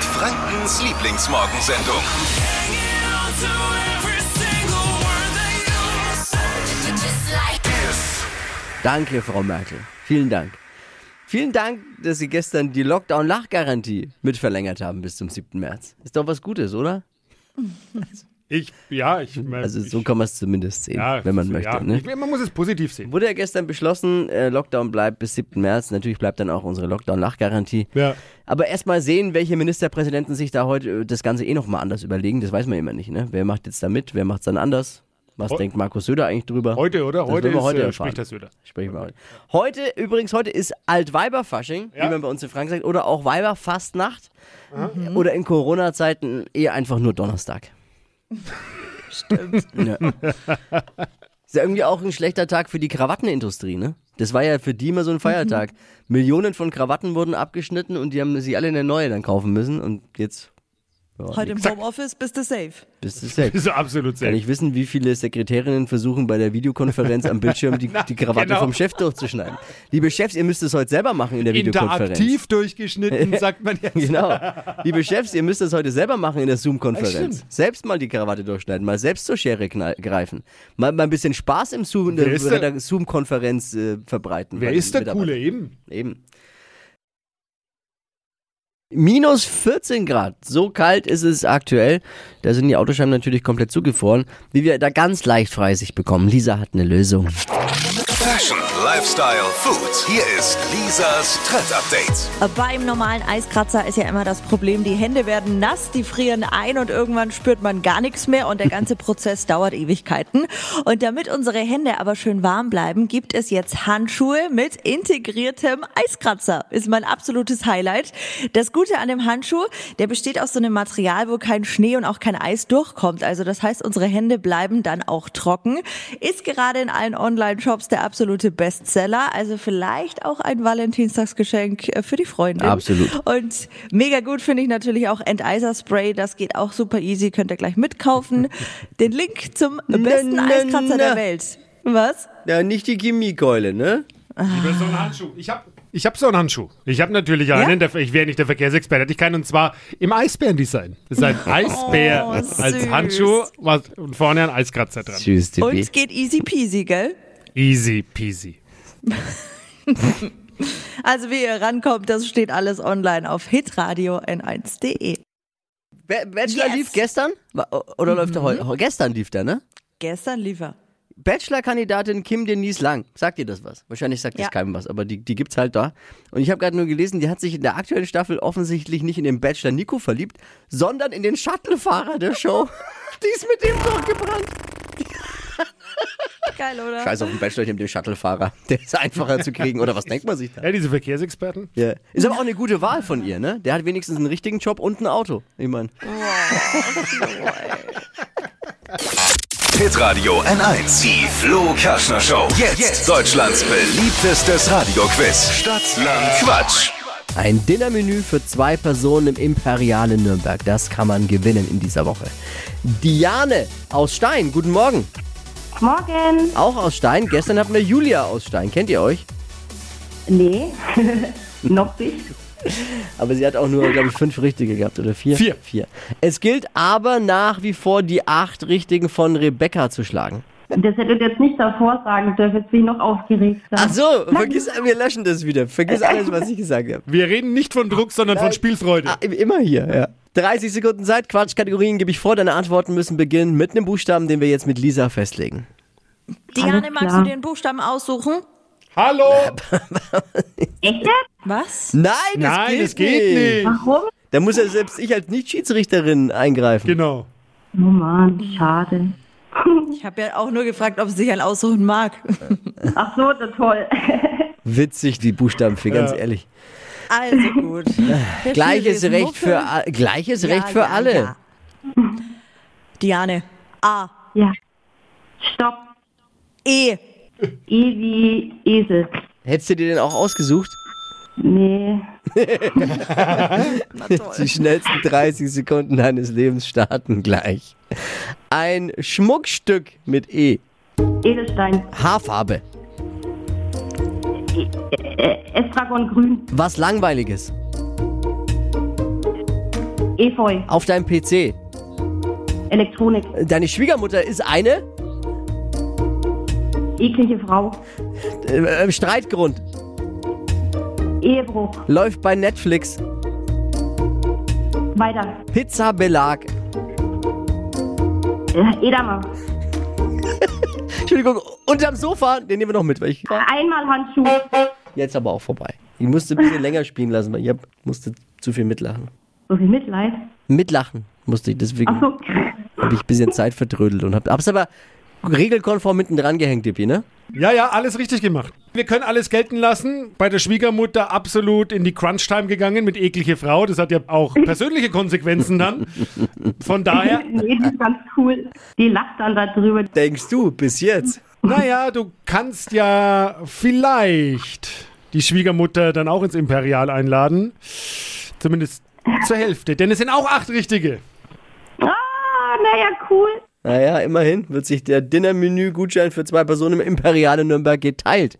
Frankens Lieblingsmorgensendung. Danke, Frau Merkel. Vielen Dank. Vielen Dank, dass Sie gestern die Lockdown-Lachgarantie mitverlängert haben bis zum 7. März. Ist doch was Gutes, oder? Ich, ja, ich. Also ich, so kann man es zumindest sehen, ja, wenn man möchte. Ja. Ne? Ich, man muss es positiv sehen. Wurde ja gestern beschlossen, äh, Lockdown bleibt bis 7. März. Natürlich bleibt dann auch unsere Lockdown-Lachgarantie. Ja. Aber erstmal sehen, welche Ministerpräsidenten sich da heute äh, das Ganze eh nochmal anders überlegen. Das weiß man immer nicht. Ne? Wer macht jetzt da mit? Wer macht es dann anders? Was Heu- denkt Markus Söder eigentlich drüber? Heute, oder? Das Heute werden wir ist, heute äh, erfahren. spricht das wieder. Sprechen wir heute. Heute, übrigens, heute ist Altweiberfasching, Ja. wie man bei uns in Franken sagt, oder auch Weiberfastnacht. Oder in Corona-Zeiten eher einfach nur Donnerstag. Stimmt. Ja. Ist ja irgendwie auch ein schlechter Tag für die Krawattenindustrie, ne? Das war ja für die immer so ein Feiertag. Millionen von Krawatten wurden abgeschnitten und die haben sie alle in der neue dann kaufen müssen und jetzt Heute im Homeoffice bist du safe. bist du safe. Ist absolut Kann safe. ich wissen, wie viele Sekretärinnen versuchen, bei der Videokonferenz am Bildschirm die, die Krawatte genau. vom Chef durchzuschneiden? Liebe Chefs, ihr müsst es heute selber machen in der Videokonferenz. Interaktiv durchgeschnitten, sagt man jetzt. Genau. Liebe Chefs, ihr müsst das heute selber machen in der Ja, Zoom-Konferenz. stimmt. Selbst mal die Krawatte durchschneiden, mal selbst zur Schere knall- greifen. Mal, mal ein bisschen Spaß im Zoom, in Wer der, ist der- der Zoom-Konferenz äh, verbreiten. Wer bei den ist der Mitarbeitern. Coole eben? Eben. Minus 14 Grad, so kalt ist es aktuell. Da sind die Autoscheiben natürlich komplett zugefroren. Wie wir da ganz leicht Freisicht bekommen. Lisa hat eine Lösung. Fashion, Lifestyle, Food. Hier ist Lisas Trend Update. Äh, Beim normalen Eiskratzer ist ja immer das Problem, die Hände werden nass, die frieren ein und irgendwann spürt man gar nichts mehr und der ganze Prozess dauert Ewigkeiten. Und damit unsere Hände aber schön warm bleiben, gibt es jetzt Handschuhe mit integriertem Eiskratzer. Ist mein absolutes Highlight. Das Gute an dem Handschuh, der besteht aus so einem Material, wo kein Schnee und auch kein Eis durchkommt. Also das heißt, unsere Hände bleiben dann auch trocken. Ist gerade in allen Online-Shops der absolute Bestseller. Also vielleicht auch ein Valentinstagsgeschenk äh, für die Freundin. Absolut. Und mega gut finde ich natürlich auch Enteiser-Spray. Das geht auch super easy. Könnt ihr gleich mitkaufen. Den Link zum besten na, Eiskratzer na. der Welt. Was? Ja, nicht die Chemiekeule, ne? Lieber so einen Handschuh. Ich habe ich hab so einen Handschuh. Ich habe natürlich einen. Der, ich wäre nicht der Verkehrsexperte. Hätte ich keinen. Und zwar im Eisbärendesign. Das ist ein Oh, Eisbär als süß. Handschuh was, und vorne ein Eiskratzer dran. Tschüss, Und Tippi. es geht easy peasy, gell? Easy peasy. Also wie ihr rankommt, das steht alles online auf hitradio n1.de. Ba- Bachelor Yes. Mhm. lief gestern? Wa- Oder läuft er heute? Gestern lief der, ne? Gestern liefer. Bachelor-Kandidatin Kim Denise Lang. Sagt ihr das was? Wahrscheinlich sagt Ja. das keinem was, aber die, die gibt's halt da. Und ich habe gerade nur gelesen, die hat sich in der aktuellen Staffel offensichtlich nicht in den Bachelor Nico verliebt, sondern in den Shuttlefahrer der Show. die ist mit dem durchgebrannt. Geil, oder? Scheiß auf den Bachelor, ich nehm den Shuttlefahrer. Der ist einfacher zu kriegen, oder was denkt man sich da? Ja, diese Verkehrsexperten. Ja. Ist aber auch eine gute Wahl von ihr, ne? Der hat wenigstens einen richtigen Job und ein Auto. Ich mein. Hit Radio N1. Die Flo Kaschner Show. Jetzt, Deutschlands beliebtestes Radioquiz. Stadt, Land, Quatsch. Ein Dinnermenü für zwei Personen im Imperial in Nürnberg. Das kann man gewinnen in dieser Woche. Diane aus Stein, guten Morgen. Morgen. Auch aus Stein. Gestern hatten wir Julia aus Stein. Kennt ihr euch? Nee, noch nicht. Aber sie hat auch nur, glaube ich, fünf richtige gehabt oder vier? Vier. Vier. Es gilt aber nach wie vor, die acht richtigen von Rebecca zu schlagen. Das hättet ihr jetzt nicht davor sagen dürfen, jetzt bin ich noch aufgeregt. Ach so, vergiss, wir löschen das wieder. Vergiss alles, was ich gesagt habe. Wir reden nicht von Druck, sondern von Spielfreude. Ah, immer hier, ja. 30 Sekunden Zeit, Quatschkategorien gebe ich vor. Deine Antworten müssen beginnen mit einem Buchstaben, den wir jetzt mit Lisa festlegen. Diane, Alles magst du klar. den Buchstaben aussuchen? Hallo! Echt jetzt? Was? Nein, das Nein, geht das geht nicht. nicht. Warum? Da muss ja selbst ich als Nicht-Schiedsrichterin eingreifen. Genau. Oh Mann, schade. Ich habe ja auch nur gefragt, ob sie sich einen aussuchen mag. Ach so, das toll. Witzig, die Buchstaben, für ganz Ja. ehrlich. Also gut. Der Äh, Gleiches Vielwesen Recht für, Mucke. a- gleiches Recht für ja, alle. ja. Diane. A. Ja. Stopp. E. E wie Esel. Hättest du dir den auch ausgesucht? Nee. Die schnellsten 30 Sekunden deines Lebens starten gleich. Ein Schmuckstück mit E. Edelstein. Haarfarbe. Äh, Estragon Grün. Was Langweiliges. Efeu, Auf deinem PC. Elektronik, Deine Schwiegermutter ist eine eklige Frau, äh, äh, Streitgrund. Ehebruch, Läuft bei Netflix. weiter, Pizza-Belag. äh, Edamer, Entschuldigung, unterm Sofa. Den nehmen wir noch mit, weil ich einmal Handschuh, jetzt aber auch vorbei. Ich musste ein bisschen länger spielen lassen, weil ich hab, musste zu viel mitlachen. so viel Mitleid. Mitlachen musste ich, deswegen Achso, habe ich ein bisschen Zeit vertrödelt und hab, hab's aber regelkonform hinten dran gehängt, Dippi, ne? Ja, ja, alles richtig gemacht. Wir können alles gelten lassen. Bei der Schwiegermutter absolut in die Crunch-Time gegangen mit eklige Frau. Das hat ja auch persönliche Konsequenzen dann. Von daher, nee, die ist ganz cool. Die lacht dann darüber. Denkst du, bis jetzt? naja, du kannst ja vielleicht die Schwiegermutter dann auch ins Imperial einladen. Zumindest zur Hälfte. Denn es sind auch acht richtige. Ah, naja, cool. Naja, immerhin wird sich der Dinnermenü-Gutschein für zwei Personen im Imperial in Nürnberg geteilt.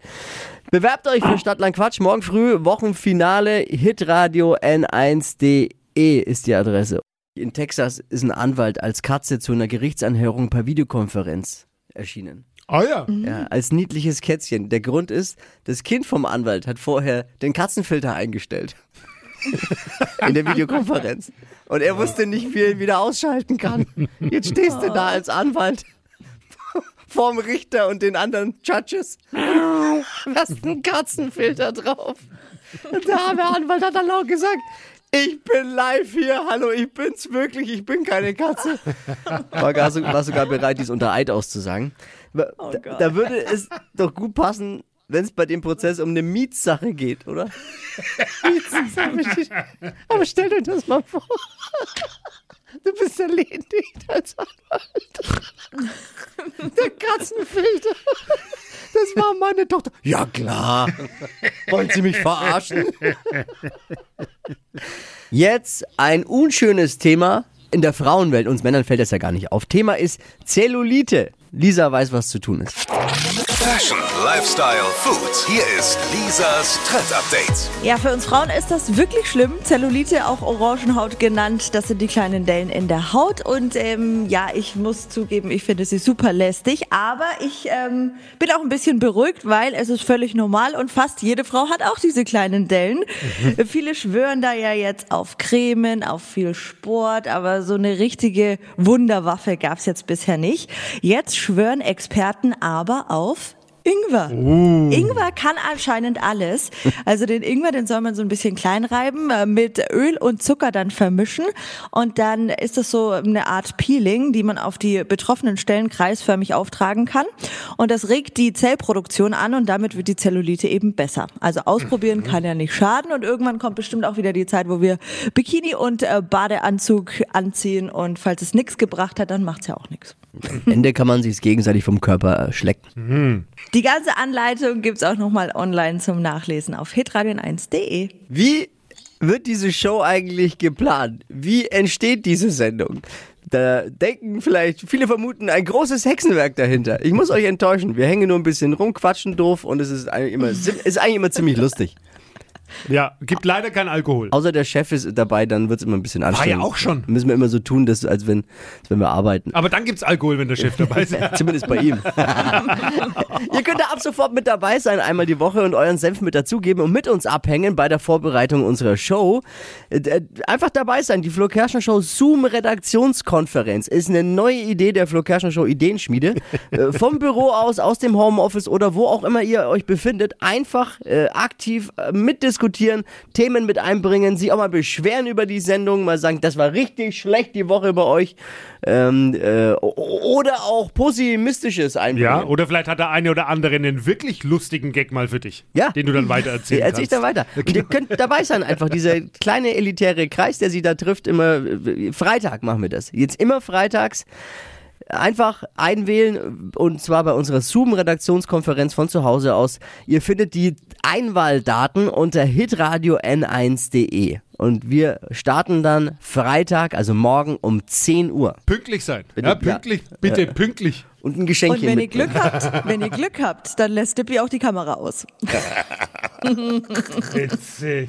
Bewerbt euch für Stadtland Quatsch. Morgen früh, Wochenfinale, hitradio n1.de E ist die Adresse. In Texas ist ein Anwalt als Katze zu einer Gerichtsanhörung per Videokonferenz erschienen. Ah ja. Ja, als niedliches Kätzchen. Der Grund ist, das Kind vom Anwalt hat vorher den Katzenfilter eingestellt. In der Videokonferenz. Und er wusste nicht, wie er ihn wieder ausschalten kann. Jetzt stehst du da als Anwalt vorm Richter und den anderen Judges. Du hast einen Katzenfilter drauf. Und der arme Anwalt hat dann laut gesagt, ich bin live hier, hallo, ich bin's wirklich, ich bin keine Katze. War, gar so, war sogar bereit, dies unter Eid auszusagen. Da, da würde es doch gut passen, wenn es bei dem Prozess um eine Mietsache geht, oder? Mietsache. Aber stell dir das mal vor. Du bist erledigt als Anwalt. Der Katzenfilter. Das war meine Tochter. Ja, klar. Wollen Sie mich verarschen? Jetzt ein unschönes Thema in der Frauenwelt. Uns Männern fällt das ja gar nicht auf. Thema ist Zellulite. Lisa weiß, was zu tun ist. Fashion, Lifestyle, Food. Hier ist Lisas Trend Update. Ja, für uns Frauen ist das wirklich schlimm. Zellulite, auch Orangenhaut genannt, das sind die kleinen Dellen in der Haut. Und ähm, ja, ich muss zugeben, ich finde sie super lästig. Aber ich ähm, bin auch ein bisschen beruhigt, weil es ist völlig normal und fast jede Frau hat auch diese kleinen Dellen. Viele schwören da ja jetzt auf Cremen, auf viel Sport, aber so eine richtige Wunderwaffe gab's jetzt bisher nicht. Jetzt schwören Experten aber auf Ingwer. Ingwer kann anscheinend alles. Also den Ingwer, den soll man so ein bisschen klein reiben, äh, mit Öl und Zucker dann vermischen und dann ist das so eine Art Peeling, die man auf die betroffenen Stellen kreisförmig auftragen kann und das regt die Zellproduktion an und damit wird die Zellulite eben besser. Also ausprobieren kann ja nicht schaden und irgendwann kommt bestimmt auch wieder die Zeit, wo wir Bikini und äh, Badeanzug anziehen und falls es nichts gebracht hat, dann macht's ja auch nichts. Am Ende kann man sich gegenseitig vom Körper äh, schlecken. Die ganze Anleitung gibt's auch nochmal online zum Nachlesen auf hitradion1.de. Wie wird diese Show eigentlich geplant? Wie entsteht diese Sendung? Da denken vielleicht, viele vermuten ein großes Hexenwerk dahinter. Ich muss euch enttäuschen. Wir hängen nur ein bisschen rum, quatschen doof und es ist eigentlich immer, ist eigentlich immer ziemlich lustig. Ja, gibt leider kein Alkohol. Außer der Chef ist dabei, dann wird es immer ein bisschen anstrengend. auch schon. Müssen wir immer so tun, dass, als, wenn, als wenn wir arbeiten. Aber dann gibt's Alkohol, wenn der Chef dabei ist. Zumindest bei ihm. Ihr könnt da ab sofort mit dabei sein, einmal die Woche und euren Senf mit dazugeben und mit uns abhängen bei der Vorbereitung unserer Show. Äh, äh, Einfach dabei sein, die Flo Kerschner Show Zoom Redaktionskonferenz ist eine neue Idee der Flo Kerschner Show Ideenschmiede. Äh, Vom Büro aus, aus dem Homeoffice oder wo auch immer ihr euch befindet, einfach äh, aktiv äh, mitdiskutieren, Themen mit einbringen, sich auch mal beschweren über die Sendung, mal sagen, das war richtig schlecht die Woche bei euch ähm, äh, o- oder auch pessimistisches einbringen. Ja, oder vielleicht hat der eine oder andere einen wirklich lustigen Gag mal für dich, Ja. den du dann weitererzählen Ja, kannst. erzähl ich da weiter. Und ihr könnt dabei sein einfach, dieser kleine elitäre Kreis, der sie da trifft, immer äh, Freitag machen wir das. Jetzt immer freitags. Einfach einwählen und zwar bei unserer Zoom-Redaktionskonferenz von zu Hause aus. Ihr findet die Einwahldaten unter hitradio n1.de. Und wir starten dann Freitag, also morgen um 10 Uhr. Pünktlich sein. ja, pünktlich, bitte, pünktlich. Und ein Geschenk Und wenn ihr mit. Glück habt, wenn ihr Glück habt, dann lässt Dippy auch die Kamera aus. Witzig.